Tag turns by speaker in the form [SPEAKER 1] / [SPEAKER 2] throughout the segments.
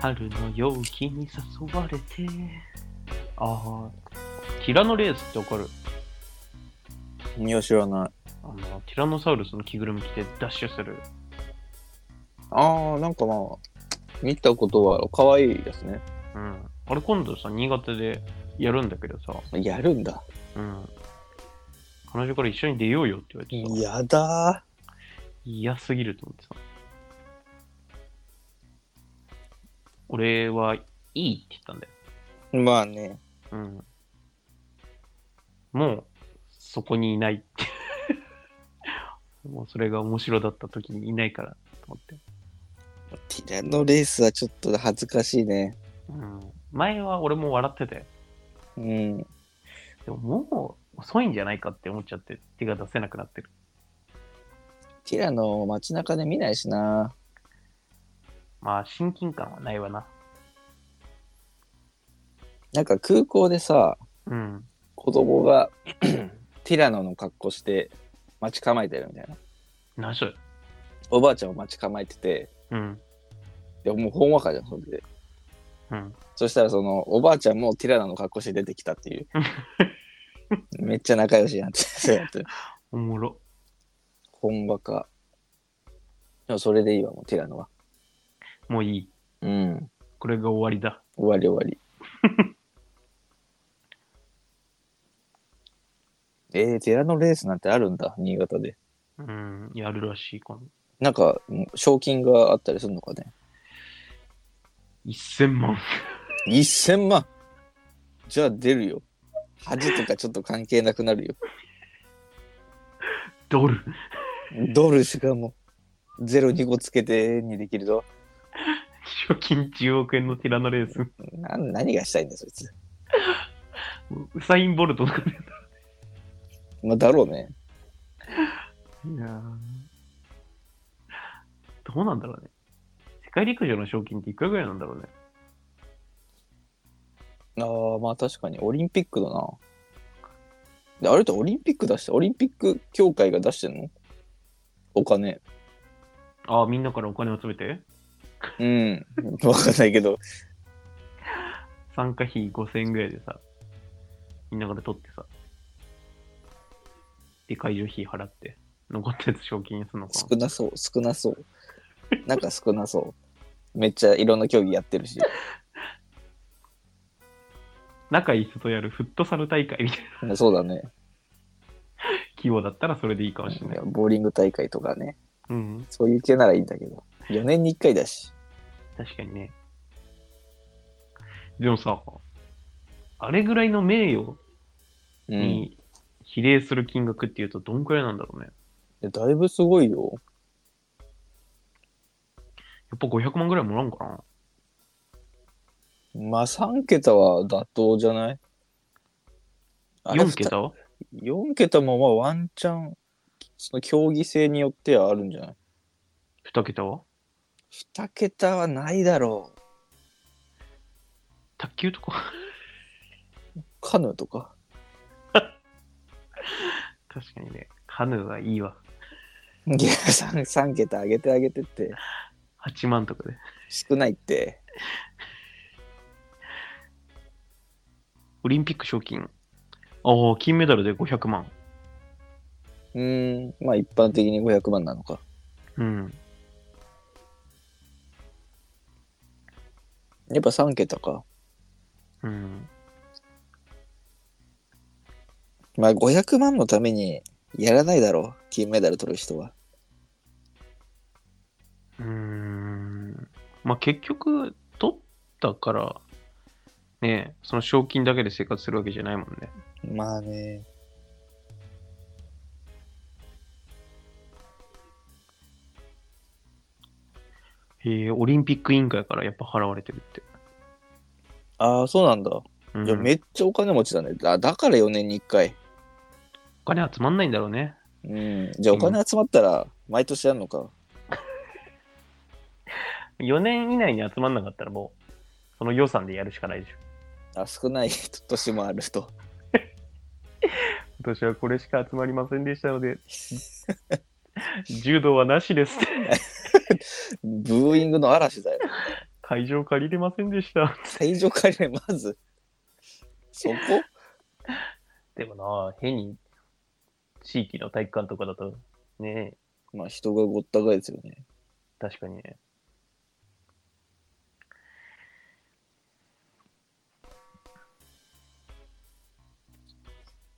[SPEAKER 1] 春の陽気に誘われて。ああ、ティラノレースってわかる
[SPEAKER 2] いや、知らない。
[SPEAKER 1] あの、ティラノサウルスの着ぐるみ着てダッシュする。
[SPEAKER 2] ああ、なんかまあ、見たことは可愛いですね。
[SPEAKER 1] うん。あれ今度さ、新潟でやるんだけどさ、
[SPEAKER 2] やるんだ。
[SPEAKER 1] うん。彼女から一緒に出ようよって言われてさ、
[SPEAKER 2] やだ
[SPEAKER 1] 嫌すぎると思ってさ。俺はいいって言ったんだよ。
[SPEAKER 2] ー。まあね。
[SPEAKER 1] うん。もう、そこにいないって。 もうそれが面白だった時にいないからと思って。
[SPEAKER 2] ティラノレースはちょっと恥ずかしいね。
[SPEAKER 1] うん。前は俺も笑ってて、
[SPEAKER 2] うん。
[SPEAKER 1] でももう遅いんじゃないかって思っちゃって手が出せなくなってる。
[SPEAKER 2] ティラノ街中で見ないしな。
[SPEAKER 1] まあ親近感はないわな。
[SPEAKER 2] なんか空港でさ、
[SPEAKER 1] うん。
[SPEAKER 2] 子供 がティラノの格好して待ち構えてるみたいな。
[SPEAKER 1] なしょ
[SPEAKER 2] おばあちゃんを待ち構えてて、
[SPEAKER 1] うん。
[SPEAKER 2] でもうほんわかじゃん、それで。
[SPEAKER 1] うん。
[SPEAKER 2] そしたらそのおばあちゃんもティラノの格好して出てきた っていう。めっちゃ仲良しやんって、そうやって。
[SPEAKER 1] おもろ。
[SPEAKER 2] ほんわか。でもそれでいいわ、もうティラノは。
[SPEAKER 1] もういい。
[SPEAKER 2] うん。
[SPEAKER 1] これが終わりだ。
[SPEAKER 2] 終わり終わり。えー、ティラノレースなんてあるんだ、新潟で。
[SPEAKER 1] うん。やるらしい、今度。
[SPEAKER 2] なんか、もう賞金があったりするのかね。
[SPEAKER 1] 1000万。
[SPEAKER 2] 1000万じゃあ出るよ。恥とかちょっと関係なくなるよ。
[SPEAKER 1] ドル。
[SPEAKER 2] ドルしかも、02個つけてにできるぞ。
[SPEAKER 1] 賞金10億円のティラノレース。
[SPEAKER 2] なん何がしたいんだ、そいつ。
[SPEAKER 1] ウサイン・ボルトとかで。
[SPEAKER 2] まあ、だろうね。
[SPEAKER 1] いやーどうなんだろうね。世界陸上の賞金っていくらぐらいなんだろうね。
[SPEAKER 2] ああ、まあ確かに、オリンピックだな。であれってオリンピック出して、オリンピック協会が出してんのお金。
[SPEAKER 1] ああ、みんなからお金を集めて。
[SPEAKER 2] うん。 わかんないけど。
[SPEAKER 1] 参加費5000円ぐらいでさ、みんなから取ってさ。で、会場費払って、残ったやつ賞金にするのか
[SPEAKER 2] 少なそう、少なそう。なんか少なそう。めっちゃいろんな競技やってるし。
[SPEAKER 1] な。仲いい人とやるフットサル大会みたいな
[SPEAKER 2] そうだね。
[SPEAKER 1] 規模だったらそれでいいかもしれない。
[SPEAKER 2] ボーリング大会とかね。
[SPEAKER 1] うん、
[SPEAKER 2] そういう系ならいいんだけど。4年に1回だし。
[SPEAKER 1] 確かにね。でもさ、あれぐらいの名誉
[SPEAKER 2] うん。
[SPEAKER 1] に比例する金額っていうとどんくらいなんだろうね。
[SPEAKER 2] でだいぶすごいよ。
[SPEAKER 1] やっぱ500万ぐらいもらうんかな
[SPEAKER 2] まあ3桁は妥当じゃない
[SPEAKER 1] ?4 桁は
[SPEAKER 2] ?4 桁もまあワンチャン、その競技性によってはあるんじゃない
[SPEAKER 1] ?2 桁は
[SPEAKER 2] ?2 桁はないだろう。
[SPEAKER 1] 卓球とか
[SPEAKER 2] カヌーと か。
[SPEAKER 1] 確かにね。カヌーはいいわ。
[SPEAKER 2] いや、3, 3桁上げて上げてって。
[SPEAKER 1] 8万とかで。
[SPEAKER 2] 少ないって。
[SPEAKER 1] オリンピック賞金。ああ、金メダルで500万。
[SPEAKER 2] うーん、まあ一般的に500万なのか。
[SPEAKER 1] うん。
[SPEAKER 2] やっぱ3桁か。
[SPEAKER 1] うん。
[SPEAKER 2] まあ500万のためにやらないだろう。金メダル取る人は。
[SPEAKER 1] うーん。まあ、結局、取ったから、ねえその賞金だけで生活するわけじゃないもんね。
[SPEAKER 2] まあね。
[SPEAKER 1] へえ、オリンピック委員会からやっぱ払われてるって。
[SPEAKER 2] ああ、そうなんだ。
[SPEAKER 1] うん、
[SPEAKER 2] いや、めっちゃお金持ちだね。だだから4年に1回。
[SPEAKER 1] お金集まんないんだろうね。
[SPEAKER 2] うん。じゃあお金集まったら毎年やるのか。
[SPEAKER 1] 4年以内に集まんなかったらもう、その予算でやるしかないでしょ。
[SPEAKER 2] あ、少ない年もあると。
[SPEAKER 1] 今年はこれしか集まりませんでしたので、柔道はなしです。
[SPEAKER 2] ブーイングの嵐だよ。
[SPEAKER 1] 会場借りれませんでした。
[SPEAKER 2] 会場借りれまずそこ
[SPEAKER 1] でもな、変に地域の体育館とかだと、ねえ、
[SPEAKER 2] まあ人がごった返ですよね
[SPEAKER 1] 確かにね。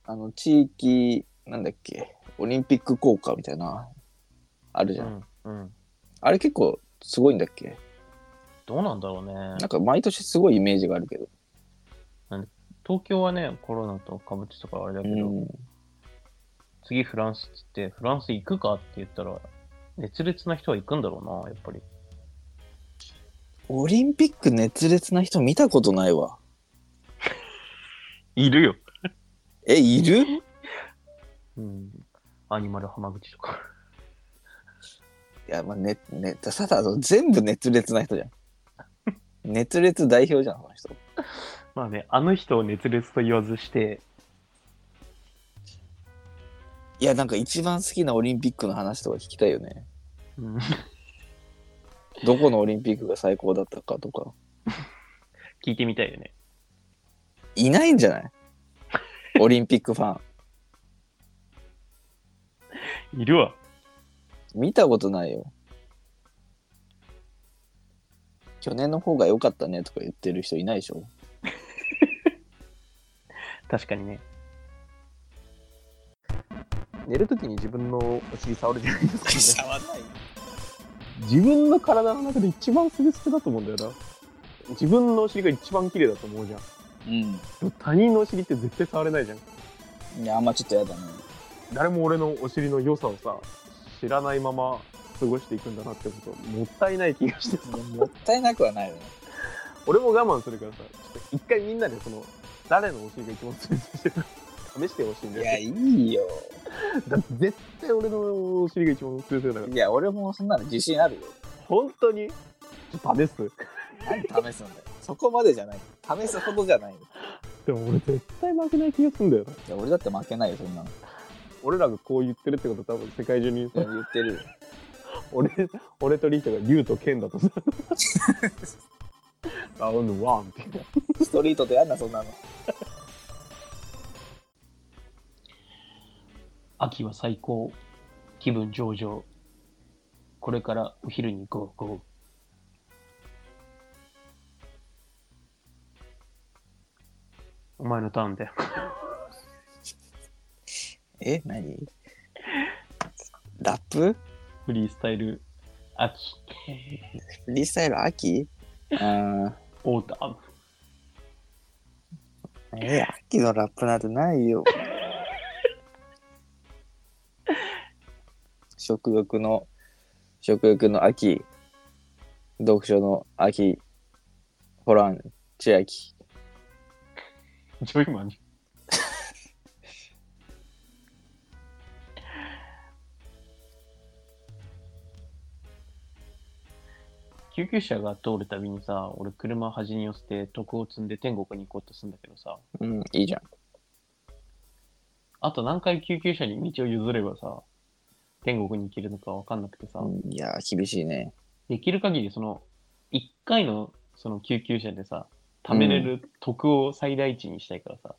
[SPEAKER 2] あの地域なんだっけオリンピック効果みたいなあるじ
[SPEAKER 1] う
[SPEAKER 2] ゃん、
[SPEAKER 1] ん、うん。
[SPEAKER 2] あれ結構すごいんだっけ
[SPEAKER 1] どうなんだろうね。
[SPEAKER 2] なんか毎年すごいイメージがあるけど、
[SPEAKER 1] 東京はね、コロナとかぶってたからあれだけ
[SPEAKER 2] う
[SPEAKER 1] ど、
[SPEAKER 2] ん、
[SPEAKER 1] 次フランスっつって、フランス行くかって言ったら、熱烈な人は行くんだろうな、やっぱり。
[SPEAKER 2] オリンピック熱烈な人見たことないわ
[SPEAKER 1] いるよ。
[SPEAKER 2] えいる
[SPEAKER 1] うん。アニマル浜口とか。
[SPEAKER 2] いや、まあ、ね、ね、ただ、ただ全部熱烈な人じゃん。熱烈代表じゃん、その人。
[SPEAKER 1] まあね、あの人を熱烈と言わずして、
[SPEAKER 2] いや、なんか一番好きなオリンピックの話とか聞きたいよね。
[SPEAKER 1] うん、
[SPEAKER 2] どこのオリンピックが最高だったかとか。
[SPEAKER 1] 聞いてみたいよね。
[SPEAKER 2] いないんじゃ ないオリンピックファン。
[SPEAKER 1] いるわ。
[SPEAKER 2] 見たことないよ。去年の方が良かったねとか言ってる人いないでしょ。
[SPEAKER 1] 確かにね。寝るときに自分のお尻触るじゃないですか、
[SPEAKER 2] わない。
[SPEAKER 1] 自分の体の中で一番スレスレだと思うんだよな。自分のお尻が一番綺麗だと思うじゃん。
[SPEAKER 2] う
[SPEAKER 1] でも他人のお尻って絶対触れないじゃん。
[SPEAKER 2] ん。いや、あんまちょっとやだね。
[SPEAKER 1] 誰も俺のお尻の良さをさ、知らないまま過ごしていくんだなってこと、もったいない気がしてさ。
[SPEAKER 2] もったいなくはないよね。
[SPEAKER 1] 俺も我慢するからさ、ちょっと一回みんなでその、誰のお尻が一番スレスレしてるか試してほしいんだよ。
[SPEAKER 2] いいよ。
[SPEAKER 1] だって絶対俺のお尻が一番強そうだから
[SPEAKER 2] いや、俺もそんなの自信あるよ。
[SPEAKER 1] 本当にちょっと試す
[SPEAKER 2] 何試すんだよそこまでじゃない試すほどじゃないよ
[SPEAKER 1] でも俺絶対負けない気がするんだよない
[SPEAKER 2] や俺だって負けないよそんなの
[SPEAKER 1] 俺らがこう言ってるってこと多分世界中にさ
[SPEAKER 2] 言ってるよ
[SPEAKER 1] 俺俺とリヒトが竜と剣だ とさラウンドワンって
[SPEAKER 2] ストリートとやんなそん なの
[SPEAKER 1] 秋は最高気分上々これからお昼にゴーゴーお前のターンだよ
[SPEAKER 2] え何ラップ
[SPEAKER 1] フリースタイル秋
[SPEAKER 2] フリースタイル秋あー
[SPEAKER 1] オータム
[SPEAKER 2] え秋のラップなんてないよ 食欲の食欲の秋読書の秋ホラン千秋
[SPEAKER 1] ジョイマンじゃん。救急車が通るたびにさ、俺車端に寄せて徳を積んで天国に行こうとするんだけどさ、
[SPEAKER 2] うんいいじゃん
[SPEAKER 1] あと何回救急車に道を譲ればさ、天国に行けるのかわかんなくてさ、
[SPEAKER 2] うんいやー厳しいね
[SPEAKER 1] できる限りその、一回のその救急車でさ、貯めれる徳を最大値にしたいからさ、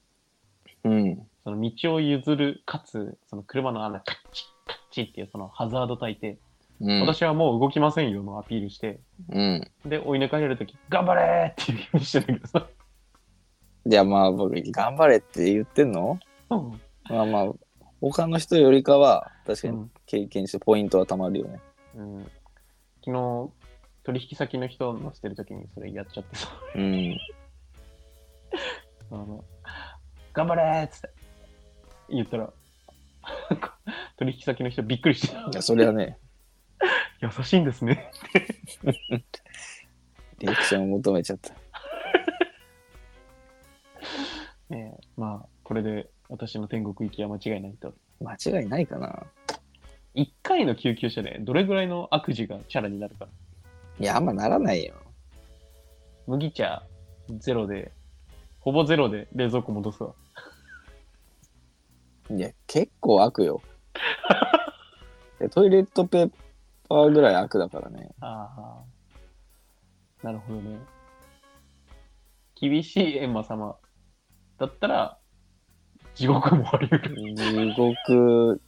[SPEAKER 2] うん
[SPEAKER 1] その道を譲る、かつ、その車の穴、カッチッカッチッっていうそのハザード焚いて、
[SPEAKER 2] うん、
[SPEAKER 1] 私はもう動きませんよのアピールして、
[SPEAKER 2] うん。
[SPEAKER 1] で、追い抜かれるとき、頑張れーっていうようにしてたけどさ、
[SPEAKER 2] じゃあまあ僕、頑張れって言ってんの
[SPEAKER 1] うん
[SPEAKER 2] まあまあ、他の人よりかは、確
[SPEAKER 1] う
[SPEAKER 2] かに
[SPEAKER 1] ん
[SPEAKER 2] 経験してポイントはたまるよね。
[SPEAKER 1] うん、昨日、取引先の人を乗せてるときにそれやっちゃってさ、
[SPEAKER 2] うん。
[SPEAKER 1] あの頑張れーっつって言ったら、 取引先の人びっくりして、
[SPEAKER 2] いや、それはね、
[SPEAKER 1] 優しいんですね。
[SPEAKER 2] リアクションを求めちゃった。
[SPEAKER 1] ねえまあ、これで私の天国行きは間違いないと。
[SPEAKER 2] 間違いないかな。
[SPEAKER 1] 一回の救急車でどれぐらいの悪事がチャラになるか。
[SPEAKER 2] いや、あんまならないよ。
[SPEAKER 1] 麦茶ゼロで、ほぼゼロで冷蔵庫戻すわ。
[SPEAKER 2] いや、結構悪よ。いやトイレットペーパーぐらい悪だからね。
[SPEAKER 1] ああ。なるほどね。厳しい閻魔様だったら、地獄もあり得る。
[SPEAKER 2] 地獄、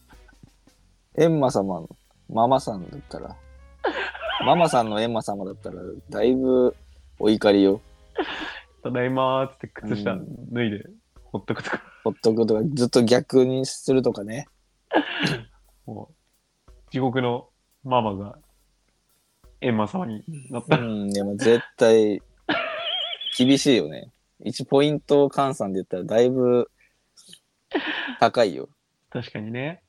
[SPEAKER 2] エンマ様の、ママさんだったら、ママさんのエンマ様だったら、だいぶお怒りよ。
[SPEAKER 1] ただいまーっつって靴下
[SPEAKER 2] うん
[SPEAKER 1] 脱いで、ほっとくとか。
[SPEAKER 2] ほっとくとか、ずっと逆にするとかね。
[SPEAKER 1] もう、地獄のママが、閻魔様になっ
[SPEAKER 2] う
[SPEAKER 1] たら、
[SPEAKER 2] ん、でも絶対、厳しいよね。1ポイント換算で言ったら、だいぶ高いよ。
[SPEAKER 1] 確かにね。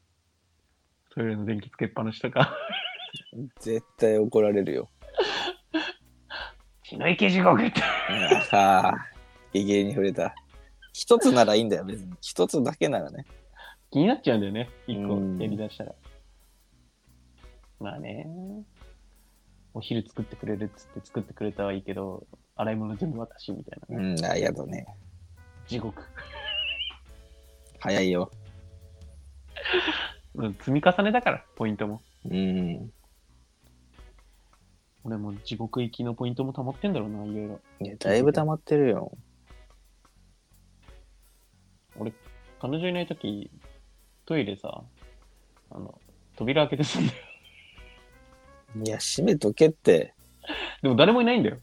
[SPEAKER 1] トイレの電気つけっぱなしとか。
[SPEAKER 2] 絶対怒られるよ。
[SPEAKER 1] 血の池地獄って。
[SPEAKER 2] ああ、ゲゲに触れた。一つならいいんだよ、別に。一つだけならね。
[SPEAKER 1] 気になっちゃうんだよね。一個
[SPEAKER 2] うん
[SPEAKER 1] やりだしたら。まあね。お昼作ってくれるっつって作ってくれたはいいけど、洗い物全部私みたいな
[SPEAKER 2] う
[SPEAKER 1] ね。
[SPEAKER 2] ん、あやだね。
[SPEAKER 1] 地獄。
[SPEAKER 2] 早いよ。
[SPEAKER 1] うん積み重ねだから、ポイントも。
[SPEAKER 2] うん。
[SPEAKER 1] 俺も地獄行きのポイントも溜まってんだろうな、いろいろ。
[SPEAKER 2] いや、だいぶ溜まってるよ。
[SPEAKER 1] 彼女いないとき、トイレさ、あの、扉開けてすんだよ。
[SPEAKER 2] いや、閉めとけって。
[SPEAKER 1] でも誰もいないんだよ。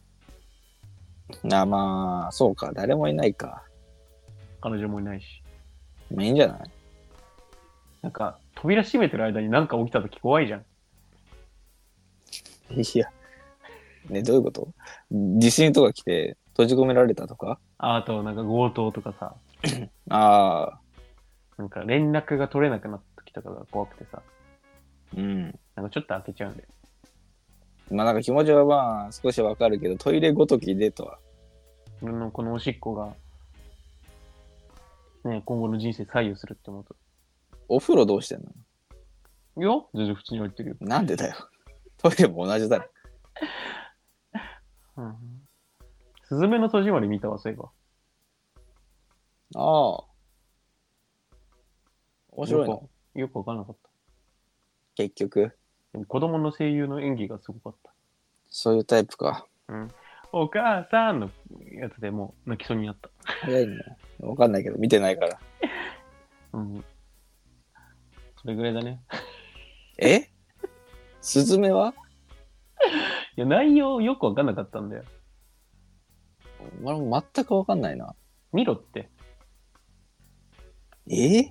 [SPEAKER 2] あ、まあ、そうか。誰もいないか。
[SPEAKER 1] 彼女もいないし。
[SPEAKER 2] まあ、いいんじゃない
[SPEAKER 1] なんか、扉閉めてる間に何か起きたとき怖いじゃん。
[SPEAKER 2] いや。ね、どういうこと地震とか来て閉じ込められたとか
[SPEAKER 1] ああと、なんか強盗とかさ、
[SPEAKER 2] ああ、
[SPEAKER 1] なんか連絡が取れなくなったときとかが怖くてさ、
[SPEAKER 2] うん。
[SPEAKER 1] なんかちょっと開けちゃうんだよ。
[SPEAKER 2] まあなんか気持ちはまあ少しわかるけど、トイレごときでとは。
[SPEAKER 1] 俺のこのおしっこが、ね、今後の人生左右するって思うと。
[SPEAKER 2] お風呂どうしてんの
[SPEAKER 1] いや、全然普通に入ってるよ。
[SPEAKER 2] なんでだよ。 トイレも同じだろ。
[SPEAKER 1] うん。スズメの戸締まり見たわ、そういえば。
[SPEAKER 2] ああ。面白いの
[SPEAKER 1] よくよくわからなかった。
[SPEAKER 2] 結局、
[SPEAKER 1] でも子供の声優の演技がすごかった。
[SPEAKER 2] そういうタイプか。
[SPEAKER 1] お母さんのやつでもう泣きそうになった。
[SPEAKER 2] 早いね。わかんないけど、見てないから。
[SPEAKER 1] うん。それぐらいだね。
[SPEAKER 2] えスズメはい
[SPEAKER 1] や、内容よくわかんなかったんだよ。
[SPEAKER 2] 俺も全くわかんないな。
[SPEAKER 1] 見ろって。
[SPEAKER 2] え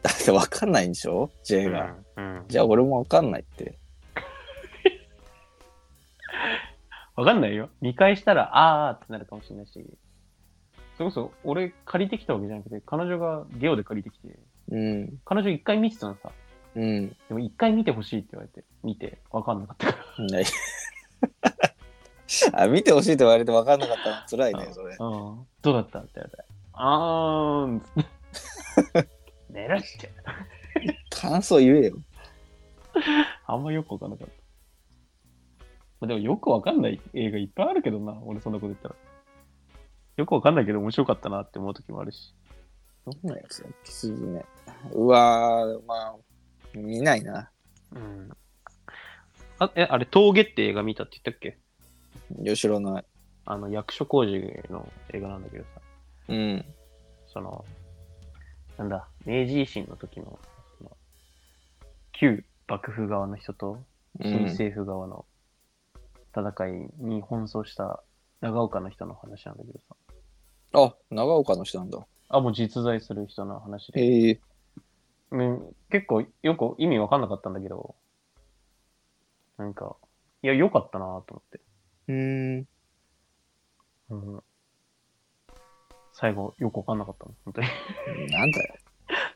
[SPEAKER 2] だってわかんないんでしょ ?J が。
[SPEAKER 1] うん。
[SPEAKER 2] じゃあ俺もわかんないって。
[SPEAKER 1] わかんないよ。見返したら、あーってなるかもしれないし。それこそ、俺借りてきたわけじゃなくて、彼女がゲオで借りてきて、
[SPEAKER 2] うん。
[SPEAKER 1] 彼女一回見てたのさ。
[SPEAKER 2] うん。
[SPEAKER 1] でも一回見てほしいって言われて、見て、わかんなかったから。
[SPEAKER 2] ない あ見てほしいと言われてわかんなかったの辛いね、それ。
[SPEAKER 1] うん。どうだったって言われて。あーんっつって。 寝るって。
[SPEAKER 2] 感想言えよ。
[SPEAKER 1] あんまよくわかんなかった。まあ、でもよくわかんない映画いっぱいあるけどな、俺そんなこと言ったら。よくわかんないけど面白かったなって思う時もあるし。
[SPEAKER 2] どんなやつだっけスズメ。うわー、まあ、見ないな。
[SPEAKER 1] うん。あ、え、あれ、峠って映画見たって言ったっけ
[SPEAKER 2] よしろない。
[SPEAKER 1] あの、役所工事の映画なんだけどさ、
[SPEAKER 2] うん。
[SPEAKER 1] その、なんだ、明治維新の時の、その、旧幕府側の人と、
[SPEAKER 2] う
[SPEAKER 1] 新
[SPEAKER 2] ん、
[SPEAKER 1] 政府側の戦いに奔走した長岡の人の話なんだけどさ。
[SPEAKER 2] あ、長岡の人なんだ。
[SPEAKER 1] あ、もう実在する人の話で。
[SPEAKER 2] へえ。
[SPEAKER 1] うん、結構よく意味わかんなかったんだけど、なんか、いや、良かったなと思って。
[SPEAKER 2] うん。
[SPEAKER 1] うん、最後、よくわかんなかったの、本当に。
[SPEAKER 2] なんだよ。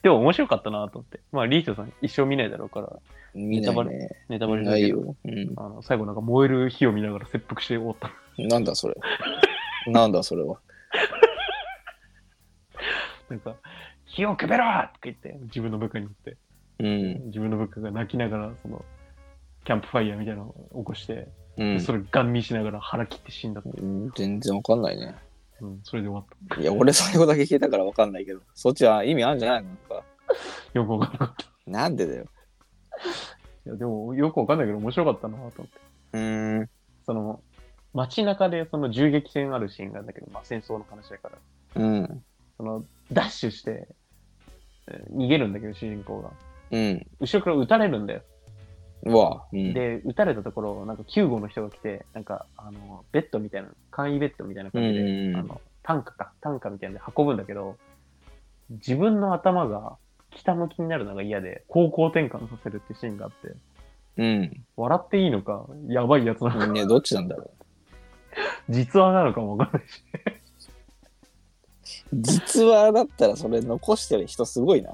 [SPEAKER 1] でも面白かったなと思って。まあ、リートさん一生見ないだろうから、
[SPEAKER 2] 見ないね。
[SPEAKER 1] ネタバレだ
[SPEAKER 2] な
[SPEAKER 1] け
[SPEAKER 2] い
[SPEAKER 1] ど
[SPEAKER 2] よ。うん。
[SPEAKER 1] あの最後なんか燃える火を見ながら切腹して終わった。
[SPEAKER 2] なんだそれ。なんだそれは。
[SPEAKER 1] なんか、火をくべろーって言って、自分の部下に言って。
[SPEAKER 2] うん。
[SPEAKER 1] 自分の部下が泣きながら、その、キャンプファイヤーみたいなのを起こして、
[SPEAKER 2] うん。
[SPEAKER 1] それガン見しながら腹切って死んだって。
[SPEAKER 2] 全然わかんないね。
[SPEAKER 1] うん、それで終わった。
[SPEAKER 2] いや、俺最後だけ聞いたからわかんないけど、そっちは意味あるんじゃないのなんか。
[SPEAKER 1] よくわかんなかった。
[SPEAKER 2] なんでだよ。
[SPEAKER 1] いや、でもよくわかんないけど面白かったなと思って。
[SPEAKER 2] うーん。
[SPEAKER 1] その、街中でその銃撃戦あるシーンがあるんだけど、まあ戦争の話だから、
[SPEAKER 2] うん。
[SPEAKER 1] そのダッシュして、えー逃げるんだけど、主人公が。
[SPEAKER 2] うん。
[SPEAKER 1] 後ろから撃たれるんだよ。
[SPEAKER 2] うわ。うん。
[SPEAKER 1] で、撃たれたところ、なんか救護の人が来て、なんか、あの、ベッドみたいな、簡易ベッドみたいな感じで、
[SPEAKER 2] うんうんうん
[SPEAKER 1] あの、担架か、担架みたいなんで運ぶんだけど、自分の頭が北向きになるのが嫌で、方向転換させるってシーンがあって、
[SPEAKER 2] うん。
[SPEAKER 1] 笑っていいのか、やばいやつなのか、
[SPEAKER 2] ね、どっちなんだろ
[SPEAKER 1] 実話なのかもわかんないし。
[SPEAKER 2] う。実話だったらそれ残してる人すごい な。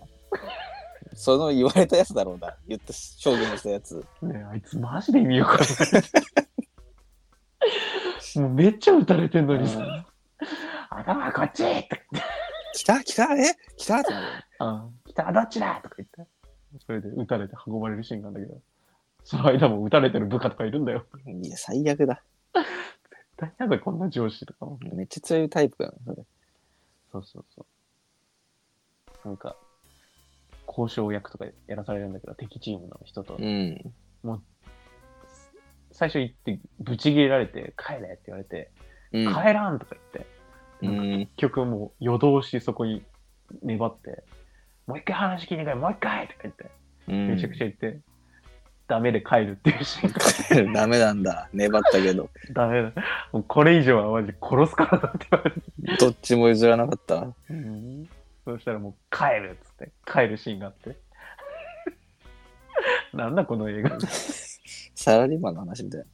[SPEAKER 2] その言われたやつだろうな。言った、証言したやつ。
[SPEAKER 1] ねえあいつマジで意味わかんな い。もうめっちゃ撃たれてんのに
[SPEAKER 2] う
[SPEAKER 1] さ、頭こっちとか言って、
[SPEAKER 2] 来た来たえ来たってなるよ。
[SPEAKER 1] あ北はどっちだとか言って、それで撃たれて運ばれるシーンなんだけど、その間も撃たれてる部下とかいるんだよ。
[SPEAKER 2] いや、最悪だ。
[SPEAKER 1] 大変だこんな上司とかも。
[SPEAKER 2] めっちゃ強いタイプだな、それ。
[SPEAKER 1] そうそうそう。なんか、交渉役とかやらされるんだけど、敵チームの人と。
[SPEAKER 2] うん。
[SPEAKER 1] 最初行って、ブチ切れられて、帰れって言われて、
[SPEAKER 2] うん。
[SPEAKER 1] 帰らんとか言って、
[SPEAKER 2] うん。
[SPEAKER 1] 結局もう夜通しそこに粘って、もう一回話聞いてくれ、もう一回とか言って、
[SPEAKER 2] うん
[SPEAKER 1] めちゃくちゃ言って、ダメで帰るっていうシーンが
[SPEAKER 2] ダメなんだ。粘ったけど。
[SPEAKER 1] ダメだ。もうこれ以上はマジ殺すからだって言われて。
[SPEAKER 2] どっちも譲らなかった。
[SPEAKER 1] そしたらもう帰るっつって、帰るシーンがあって。 なんだこの映画。
[SPEAKER 2] サラリーマンの話みたいな。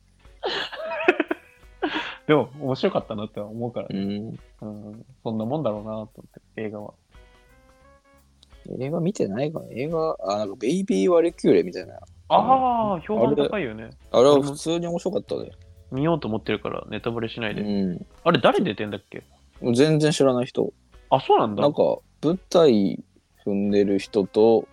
[SPEAKER 1] でも面白かったなって思うから、
[SPEAKER 2] うん。
[SPEAKER 1] うん、そんなもんだろうなと思って、映画は。
[SPEAKER 2] 映画見てないかな映画、あ、なんかベイビー・ワリキューレみたいな。
[SPEAKER 1] ああ、評判高いよね。
[SPEAKER 2] あれは普通に面白かったね。
[SPEAKER 1] 見ようと思ってるから、ネタバレしないで。
[SPEAKER 2] うん。
[SPEAKER 1] あれ、誰出てんだっけ
[SPEAKER 2] もう全然知らない人。
[SPEAKER 1] あ、そうなんだ。
[SPEAKER 2] なんか、舞台踏んでる人と、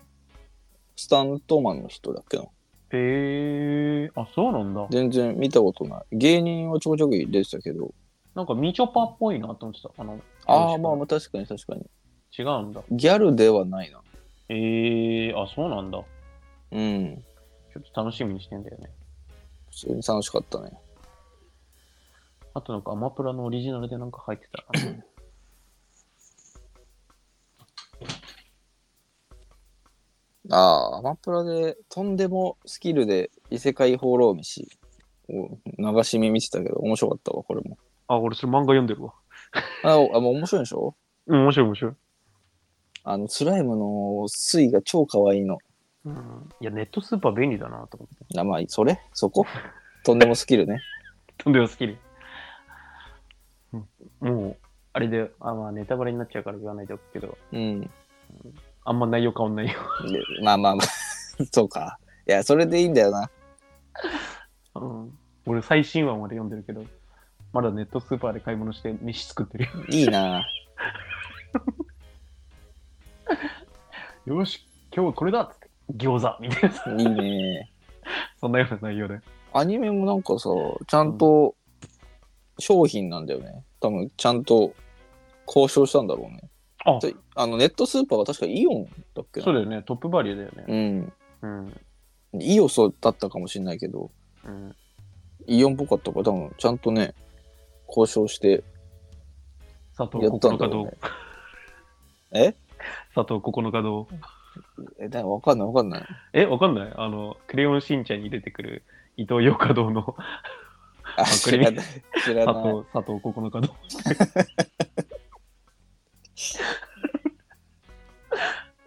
[SPEAKER 2] スタントマンの人だっけな。
[SPEAKER 1] へえー、あ、そうなんだ。
[SPEAKER 2] 全然見たことない。芸人はちょこちょこ出てたけど。
[SPEAKER 1] なんかみちょぱっぽいなと思ってた。あの、
[SPEAKER 2] ああ、まあまあ確かに確かに。
[SPEAKER 1] 違うんだ。
[SPEAKER 2] ギャルではないな。
[SPEAKER 1] ええー、あ、そうなんだ。
[SPEAKER 2] うん。
[SPEAKER 1] ちょっと楽しみにしてんだよね。
[SPEAKER 2] 普通に楽しかったね。
[SPEAKER 1] あとなんかアマプラのオリジナルでなんか入ってたな。
[SPEAKER 2] ああ、アマプラで、とんでもスキルで異世界放浪飯を流し見見てたけど、面白かったわ、これも。
[SPEAKER 1] あ、俺それ漫画読んでるわ。
[SPEAKER 2] あ、おあもう面白いでしょ
[SPEAKER 1] うん、面白い面白い。
[SPEAKER 2] あの、スライムの水が超可愛いの。
[SPEAKER 1] うん、いや、ネットスーパー便利だなと思って。
[SPEAKER 2] あ、まあ、それそ ことんでもスキルね。
[SPEAKER 1] とんでもスキル。うんもう、あれで、あ、まあネタバレになっちゃうから言わないでおくけど、
[SPEAKER 2] うん。
[SPEAKER 1] あんま内容変わんないよ。
[SPEAKER 2] でまあまあまあ、 そうか。いや、それでいいんだよな。
[SPEAKER 1] うん、俺最新話まで読んでるけど、まだネットスーパーで買い物して飯作ってるよ。
[SPEAKER 2] いいな。
[SPEAKER 1] よし、今日はこれだっつって、餃子みたいな、
[SPEAKER 2] いいね。
[SPEAKER 1] そんなような内容で。
[SPEAKER 2] アニメもなんかさ、ちゃんと商品なんだよね。多分、ちゃんと交渉したんだろうね。
[SPEAKER 1] あ、
[SPEAKER 2] ちょあの、ネットスーパーは確かイオンだっけな
[SPEAKER 1] そうだよね、トップバリューだよね。
[SPEAKER 2] うん。
[SPEAKER 1] うん。
[SPEAKER 2] イオソだったかもしれないけど、
[SPEAKER 1] うん、
[SPEAKER 2] イオンっぽかったから、多分、ちゃんとね、交渉して、
[SPEAKER 1] 佐藤
[SPEAKER 2] やったん
[SPEAKER 1] 9
[SPEAKER 2] だ
[SPEAKER 1] 日
[SPEAKER 2] ろう
[SPEAKER 1] 堂
[SPEAKER 2] ね。え
[SPEAKER 1] 佐藤9日堂。
[SPEAKER 2] え、だわかんないわかんない。
[SPEAKER 1] え、わかんないあの、クレヨンしんちゃんに出てくる伊藤洋華堂 の
[SPEAKER 2] あ、
[SPEAKER 1] ク
[SPEAKER 2] 知
[SPEAKER 1] リ
[SPEAKER 2] らない。知ら
[SPEAKER 1] 佐
[SPEAKER 2] ない。
[SPEAKER 1] 藤、佐藤9日 堂。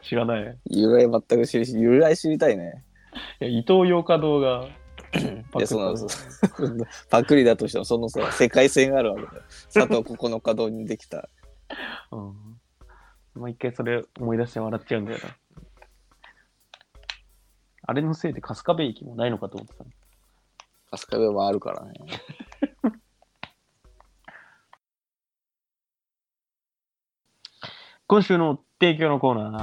[SPEAKER 1] 知らない。
[SPEAKER 2] 由来全く知り、由来知りたいね。
[SPEAKER 1] いや伊藤洋華堂が
[SPEAKER 2] いやそうなんですパクリだとしても、そのさ、世界線があるわけだよ。佐藤ここの稼働にでき た。
[SPEAKER 1] うん。毎回それ思い出して笑っちゃうんだよな。あれのせいで春日部駅もないのかと思ってたの。
[SPEAKER 2] 春日部もあるからね。
[SPEAKER 1] 今週の提供のコーナ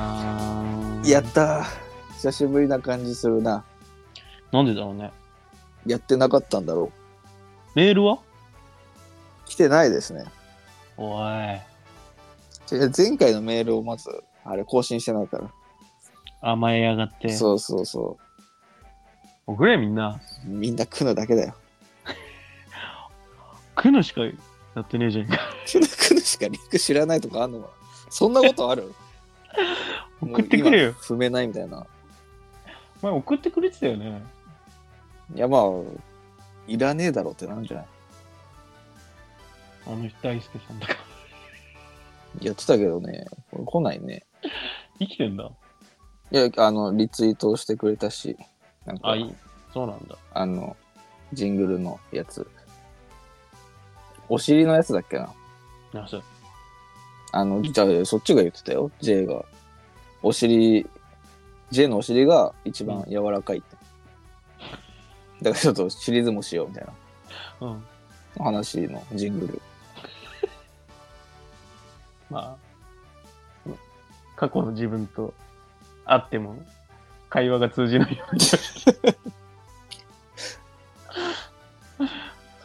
[SPEAKER 1] ー。
[SPEAKER 2] やったー久しぶりな感じするな。
[SPEAKER 1] なんでだろうね。
[SPEAKER 2] やってなかったんだろ
[SPEAKER 1] メールは
[SPEAKER 2] う。来てないですね。
[SPEAKER 1] おい。
[SPEAKER 2] じゃあ前回のメールをまず、あれ更新してないから。
[SPEAKER 1] 甘えやがって。
[SPEAKER 2] そうそうそ
[SPEAKER 1] 送れみんな。
[SPEAKER 2] う。みんな来るだけだよ。
[SPEAKER 1] くのしかやってねえじゃんか。
[SPEAKER 2] くぬくぬしかリンク知らないとかあんのかなそんなことある
[SPEAKER 1] 送ってくれよ
[SPEAKER 2] もう今踏めないみたいな。
[SPEAKER 1] お前送ってくれてたよね。
[SPEAKER 2] いやまあ、いらねえだろうってなんじゃない
[SPEAKER 1] あの人大輔さんだから。
[SPEAKER 2] やってたけどね、これ来ないね。
[SPEAKER 1] 生きてんだ。
[SPEAKER 2] いや、あの、リツイートしてくれたし、なんか、
[SPEAKER 1] あ、
[SPEAKER 2] あ
[SPEAKER 1] いい。そうなんだ。
[SPEAKER 2] の、ジングルのやつ。お尻のやつだっけな
[SPEAKER 1] なそう。
[SPEAKER 2] あの、じゃあそっちが言ってたよ、J が。お尻、J のお尻が一番柔らかいって。だからちょっとシリーズもしようみたい
[SPEAKER 1] うん。
[SPEAKER 2] な話のジングル。
[SPEAKER 1] まあ、過去の自分と会っても会話が通じないように。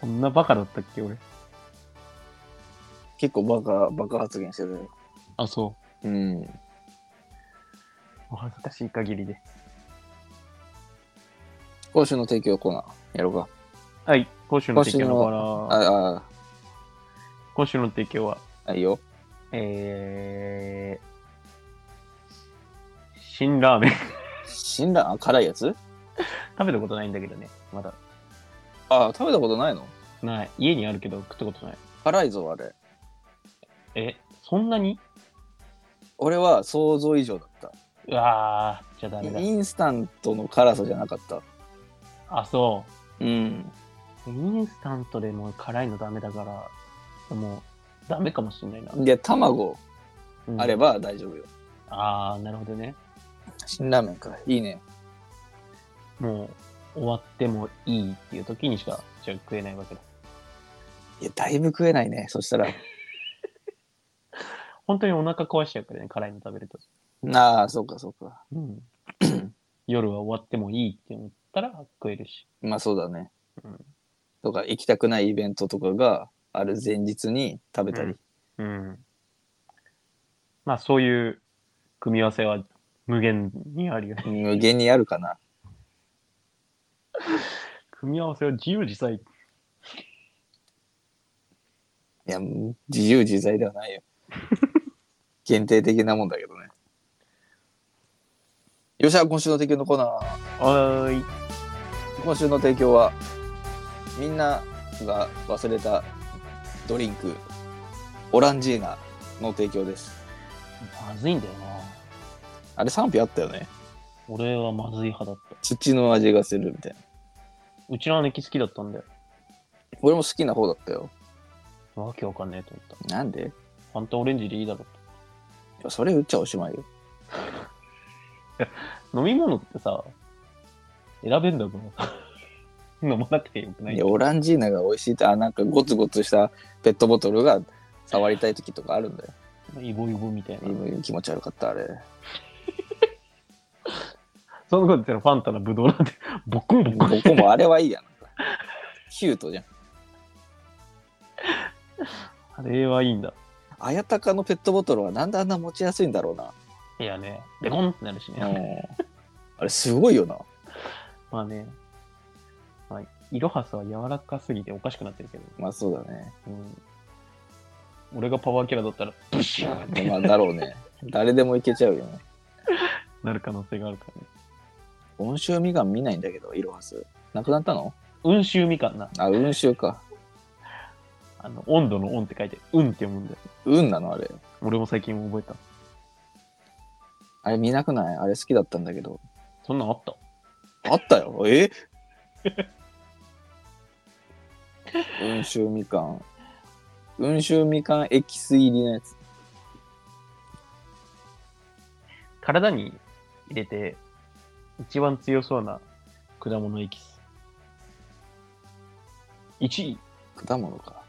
[SPEAKER 1] そんなバカだったっけ、俺。
[SPEAKER 2] 結構バカ、バカ発言してたよ。
[SPEAKER 1] あ、そ
[SPEAKER 2] うん。
[SPEAKER 1] う。お恥ずかしい限りで。
[SPEAKER 2] 今週の提供コーナー、やろうか。
[SPEAKER 1] はい、今週の提供のコーナー
[SPEAKER 2] あ
[SPEAKER 1] 今週の提供は、
[SPEAKER 2] あ、あいいよ。
[SPEAKER 1] えー、辛ラーメン。
[SPEAKER 2] 辛辣、あ辛いやつ
[SPEAKER 1] 食べたことないんだけどね、まだ。
[SPEAKER 2] ああ、食べたことないの
[SPEAKER 1] ない。家にあるけど食ったことない。
[SPEAKER 2] 辛いぞ、あれ。
[SPEAKER 1] え、そんなに
[SPEAKER 2] 俺は想像以上だっ
[SPEAKER 1] うわー、じゃあダ
[SPEAKER 2] た。
[SPEAKER 1] メだ
[SPEAKER 2] イ。ンスタントの辛さじゃなかった。
[SPEAKER 1] あ、そう。
[SPEAKER 2] うん。
[SPEAKER 1] インスタントでもう辛いのダメだから、もうダメかもしれないな。
[SPEAKER 2] で、卵
[SPEAKER 1] うん
[SPEAKER 2] あれば大丈夫よ。
[SPEAKER 1] ああ、なるほどね。
[SPEAKER 2] 辛ラーメンか。いいね。
[SPEAKER 1] もう終わってもいいっていう時にしかじゃあ食えないわけだ。
[SPEAKER 2] いや、だいぶ食えないね。そしたら。
[SPEAKER 1] 本当にお腹壊しちゃうからね、辛いの食べると。
[SPEAKER 2] ああ、そうか、そうか。
[SPEAKER 1] うん、 夜は終わってもいいって思ったら食えるし。
[SPEAKER 2] まあ、そうだね。
[SPEAKER 1] うん
[SPEAKER 2] とか、行きたくないイベントとかがある前日に食べたり。
[SPEAKER 1] うん。まあそういう組み合わせは無限にあるよね。
[SPEAKER 2] 無限にあるかな。
[SPEAKER 1] 組み合わせは自由自在。
[SPEAKER 2] いや、自由自在では ないよ。限定的なもんだけどね。よっしゃ、今週の提供のコーナー。
[SPEAKER 1] はーい。
[SPEAKER 2] 今週の提供は、みんなが忘れたドリンク、オランジーナの提供です。
[SPEAKER 1] まずいんだよな。
[SPEAKER 2] あれ賛否あったよね。
[SPEAKER 1] 俺はまずい派だった。
[SPEAKER 2] 土の味がするみたいな。
[SPEAKER 1] うちの姉貴好きだったんだよ。
[SPEAKER 2] 俺も好きな方だったよ。
[SPEAKER 1] わけわかんねえと思った。
[SPEAKER 2] なんでい
[SPEAKER 1] ファンタオレンジでいいだろ
[SPEAKER 2] やそれ売っちゃおしまいよ。
[SPEAKER 1] と。飲み物ってさ、選べんだから。 飲まなくてよくないい
[SPEAKER 2] や、オランジーナが美味しいって、あ、なんかゴツゴツしたペットボトルが触りたい時とかあるんだよ。
[SPEAKER 1] イボイボみたいな。
[SPEAKER 2] 今気持ち悪かった、あれ。
[SPEAKER 1] そんなこと言ったらファンタのブドウなんて、 ボコンボコン。
[SPEAKER 2] ここもあれはいいやん。キュートじゃん。
[SPEAKER 1] あれはいいんだ。
[SPEAKER 2] あやたかのペットボトルはなんであんな持ちやすいんだろうな。
[SPEAKER 1] いやね、ベコンってなるし
[SPEAKER 2] う
[SPEAKER 1] ね。
[SPEAKER 2] んあれすごいよな。
[SPEAKER 1] まあね、まあ、イロハスは柔らかすぎておかしくなってるけど、
[SPEAKER 2] まあそうだね。
[SPEAKER 1] うん、俺がパワーキャラだったら、ブシューって
[SPEAKER 2] まあだろうね。誰でもいけちゃうよね。
[SPEAKER 1] なる可能性があるからね。
[SPEAKER 2] 温州みかん見ないんだけど、いろはす。なくなったの
[SPEAKER 1] 温州みかんな。
[SPEAKER 2] あ、温州か。
[SPEAKER 1] あの、温度の温って書いて、うんって読むんだよ。
[SPEAKER 2] 運なのあれ。
[SPEAKER 1] 俺も最近覚えた。
[SPEAKER 2] あれ見なくないあれ好きだったんだけど。
[SPEAKER 1] そんなんあった
[SPEAKER 2] あったよ。え温州みかん。温州みかんエキス入りのやつ。
[SPEAKER 1] 体に入れて一番強そうな果物エキス。1位、
[SPEAKER 2] 果物か。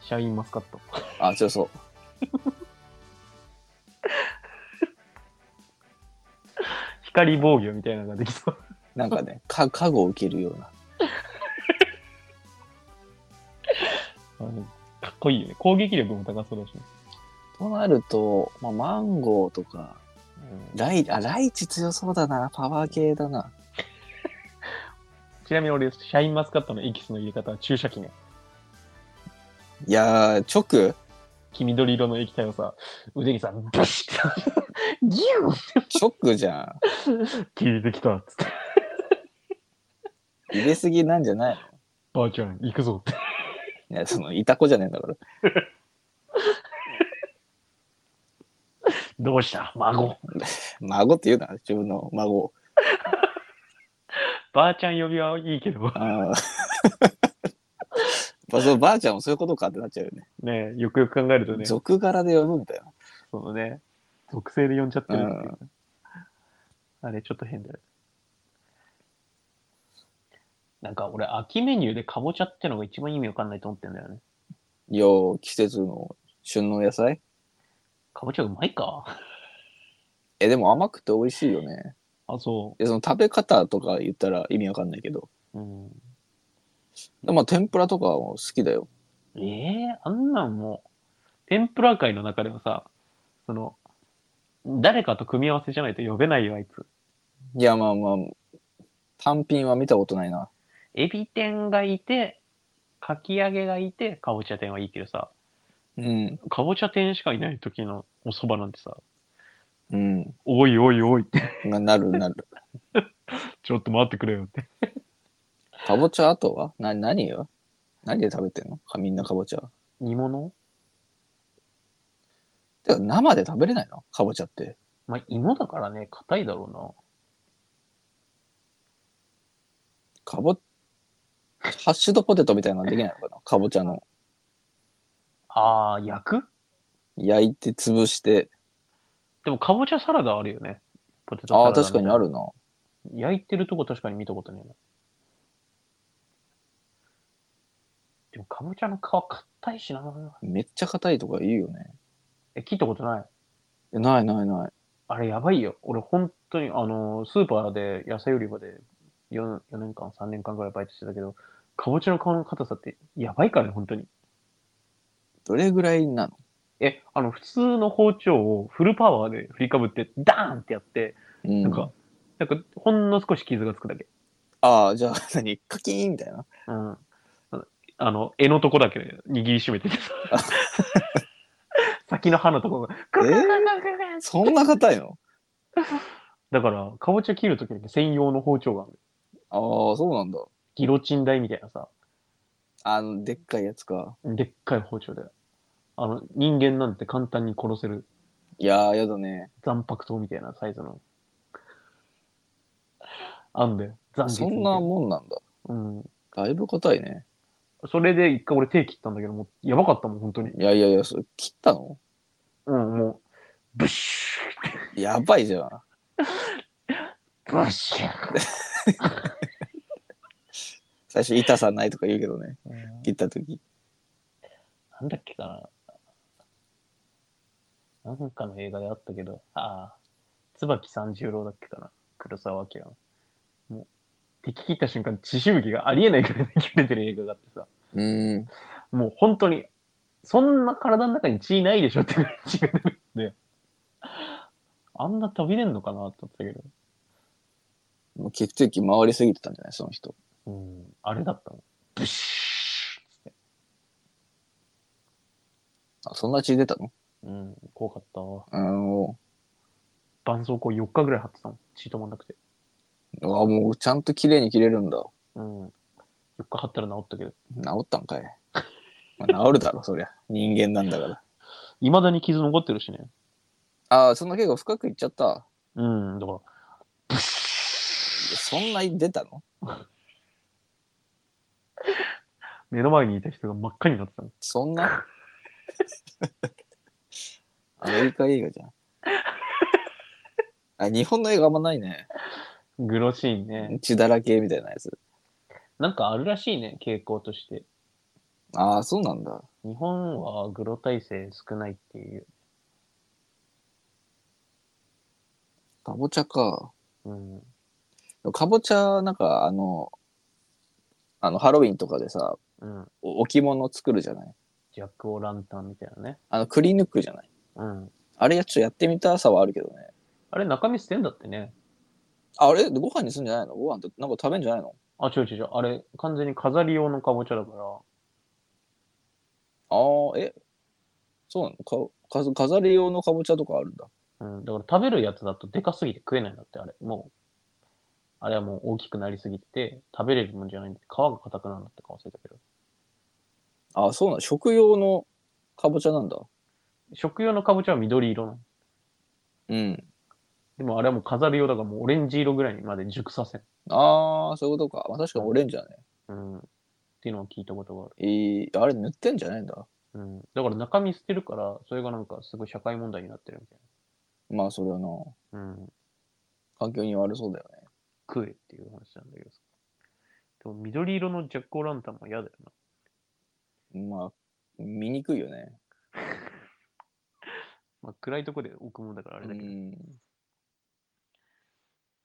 [SPEAKER 1] シャインマスカット。
[SPEAKER 2] あ、強そう。
[SPEAKER 1] 光防御みたいなのができそう。
[SPEAKER 2] なんかね、か、加護を受けるような。
[SPEAKER 1] あのかっこいいよね。攻撃力も高そうだし、ね
[SPEAKER 2] となると、まあ、マンゴーとか、
[SPEAKER 1] うん
[SPEAKER 2] ライ、あ、ライチ強そうだな。パワー系だな。
[SPEAKER 1] ちなみに俺、シャインマスカットのエキスの入れ方は注射器ね。
[SPEAKER 2] いやー、直
[SPEAKER 1] 黄緑色の液体をさ、腕にさ、ブシッて、 ギューっ
[SPEAKER 2] 直じゃ
[SPEAKER 1] て消えてきたっつって、
[SPEAKER 2] ん。入れすぎなんじゃない
[SPEAKER 1] ばあちゃん、行くぞって。
[SPEAKER 2] いや、その、いた子じゃねえんだから。
[SPEAKER 1] どうした孫。
[SPEAKER 2] 孫って言うな、自分の孫を。
[SPEAKER 1] ばあちゃん呼びはいいけど、
[SPEAKER 2] あー まあ、そのばあちゃんもそういうことかってなっちゃうよね。
[SPEAKER 1] ねよくよく考えるとね、そ
[SPEAKER 2] 俗柄で呼ぶみたいな。
[SPEAKER 1] のね、属性で呼んじゃってるっていう。あれ、ちょっと変だよ。なんか俺、秋メニューでかぼちゃってのが一番意味わかんないと思ってんだよね。
[SPEAKER 2] いやー、季節の旬の野菜
[SPEAKER 1] かぼちゃうまいか
[SPEAKER 2] え、でも甘くて美味しいよね。
[SPEAKER 1] あ、そ
[SPEAKER 2] で、その食べ方とか言ったら意味わかんないけど。
[SPEAKER 1] う。うん。
[SPEAKER 2] まあ、天ぷらとかも好きだよ。
[SPEAKER 1] ええあんなんもう、天ぷら界の中でもさ、その、誰かと組み合わせじゃないと呼べないよ、あいつ。
[SPEAKER 2] いや、まあまあ、単品は見たことないな。
[SPEAKER 1] エビ天がいて、かき揚げがいて、かぼちゃ天はいいけどさ、
[SPEAKER 2] うん。
[SPEAKER 1] かぼちゃ天しかいない時のお蕎麦なんてさ、
[SPEAKER 2] うん。
[SPEAKER 1] おいおいおいって、
[SPEAKER 2] ななるなる。
[SPEAKER 1] ちょっと待ってくれよって。
[SPEAKER 2] かぼちゃあとはな、何よ何で食べてんのかみんなかぼちゃは。
[SPEAKER 1] 煮物
[SPEAKER 2] てか、生で食べれないのかぼちゃって。
[SPEAKER 1] まあ、芋だからね、硬いだろ
[SPEAKER 2] かぼ、ハッシュドポテトみたいなのできないのかなかぼちゃの。
[SPEAKER 1] うな。ああ、焼く
[SPEAKER 2] 焼いて潰して。
[SPEAKER 1] でも、かぼちゃサラダあるよね。ポテトサ
[SPEAKER 2] あ
[SPEAKER 1] ラ
[SPEAKER 2] あ、
[SPEAKER 1] ダ。
[SPEAKER 2] 確かにあ。るな。
[SPEAKER 1] 焼いてるとこ確かに見たことないな。でも、かぼちゃの皮硬いしな。
[SPEAKER 2] めっちゃ硬いとか言うよね。
[SPEAKER 1] え、聞いたことない。
[SPEAKER 2] えないないない。
[SPEAKER 1] あれやばいよ。俺本当に、あのー、スーパーで野菜売り場で 4, 4年間、3年間ぐらいバイトしてたけど、かぼちゃの皮の硬さってやばいからね、本当に。
[SPEAKER 2] どれぐらいなの
[SPEAKER 1] え、あの、普通の包丁をフルパワーで振りかぶって、ダーンってやって、
[SPEAKER 2] うん。
[SPEAKER 1] なんか、なんか、ほんの少し傷がつくだけ。
[SPEAKER 2] ああ、じゃあ何カキーンみたいな。
[SPEAKER 1] うん。あの、柄のとこだけ握りしめててさ先の刃のとこが、クククククク
[SPEAKER 2] そんな硬いの
[SPEAKER 1] だから、かぼちゃ切るときに専用の包丁がある。
[SPEAKER 2] ああ、そうなんだ。
[SPEAKER 1] ギロチン台みたいなさ、
[SPEAKER 2] あの、でっかいやつか。
[SPEAKER 1] でっかい包丁で。あの、人間なんて簡単に殺せる
[SPEAKER 2] いやー、やだね。
[SPEAKER 1] 残白刀みたいなサイズの。あんだよ。残月
[SPEAKER 2] そ
[SPEAKER 1] みたい
[SPEAKER 2] んなもんなんだ。
[SPEAKER 1] うん。
[SPEAKER 2] だいぶ硬いね。
[SPEAKER 1] それで一回俺手切ったんだけど、もう、やばかったもん、本当に。
[SPEAKER 2] いやいやいや、それ切ったの
[SPEAKER 1] うん、もう、ブッシ
[SPEAKER 2] やばいじゃん。
[SPEAKER 1] ュブッシュ
[SPEAKER 2] 最初痛さないとか言うけどね。
[SPEAKER 1] うん
[SPEAKER 2] 切った時。
[SPEAKER 1] なんだっけかな。なんかの映画であったけど、ああ、椿三十郎だっけかな。黒沢明の。もう、敵切った瞬間、血しぶきがありえないくらい切れてる映画があってさ。
[SPEAKER 2] うーん。
[SPEAKER 1] もう本当に、そんな体の中に血ないでしょってぐらい血が出るんで、あんな飛び出んのかなって思ってたけど、
[SPEAKER 2] もう血液回りすぎてたんじゃないその人。
[SPEAKER 1] うん、あれだったもん。ブシューっつって。
[SPEAKER 2] あ、そんな血出たの
[SPEAKER 1] うん、怖かったわ。
[SPEAKER 2] あの
[SPEAKER 1] 絆創膏4日ぐらい貼ってたもん。血止まんなくて。
[SPEAKER 2] ー、あもうちゃんと綺麗に切れるんだ。
[SPEAKER 1] うん。4日貼ったら治ったけど、
[SPEAKER 2] 治ったんかい。まあ、治るだろ、そりゃ。人間なんだから。
[SPEAKER 1] 未だに傷残ってるしね。
[SPEAKER 2] ああ、そんな結構深くいっちゃった。
[SPEAKER 1] うん、だから、ブシュー
[SPEAKER 2] そんなに出たの
[SPEAKER 1] 目の前にいた人が真っ赤になってたもん。
[SPEAKER 2] そんなアメリカ映画じゃん。あ日本の映画あんまないね。
[SPEAKER 1] グロシーンね。
[SPEAKER 2] 血だらけみたいなやつ。
[SPEAKER 1] なんかあるらしいね、傾向として。
[SPEAKER 2] ああ、そうなんだ。
[SPEAKER 1] 日本はグロ体制少ないっていう。
[SPEAKER 2] かぼちゃか。
[SPEAKER 1] うん。
[SPEAKER 2] かぼちゃ、なんかあの、あの、ハロウィンとかでさ、
[SPEAKER 1] うん。
[SPEAKER 2] お置物作るじゃない
[SPEAKER 1] ジャック・オ・ランタンみたいなね。
[SPEAKER 2] あの、くり抜くじゃない
[SPEAKER 1] うん。
[SPEAKER 2] あれや、ちょっとやってみたさはあるけどね。
[SPEAKER 1] あれ、中身捨てんだってね。
[SPEAKER 2] あれご飯にするんじゃないのご飯ってなんか食べんじゃないの
[SPEAKER 1] あ、違う違う違う。あれ、完全に飾り用のかぼちゃだから、
[SPEAKER 2] ああ、え、そうなのかか飾り用のかぼちゃとかあるんだ。
[SPEAKER 1] うん、だから食べるやつだとでかすぎて食えないんだって、あれ。もう、あれはもう大きくなりすぎてて、食べれるもんじゃないんで、皮が硬くなるんだってか忘れたけど。
[SPEAKER 2] ああ、そうなの食用のかぼちゃなんだ。
[SPEAKER 1] 食用のかぼちゃは緑色なの。
[SPEAKER 2] うん。
[SPEAKER 1] でもあれはもう飾る用だからもうオレンジ色ぐらいにまで熟させん。
[SPEAKER 2] ああ、そういうことか。まあ、確かにオレンジだね。
[SPEAKER 1] うん。っていうのを聞いたことがある。
[SPEAKER 2] いい、あれ塗ってんじゃないんだ。
[SPEAKER 1] うん。だから中身捨てるから、それがなんかすごい社会問題になってるみたい
[SPEAKER 2] まあ、それはな、
[SPEAKER 1] な。うん。
[SPEAKER 2] 環境に悪そうだよね。
[SPEAKER 1] 食えっていう話なんだけどさ。でも緑色のジャックオーランタンも嫌だよな。
[SPEAKER 2] まあ、見にくいよね。
[SPEAKER 1] まあ、暗いとこで置くもんだからあ
[SPEAKER 2] う
[SPEAKER 1] れだけど。
[SPEAKER 2] ん。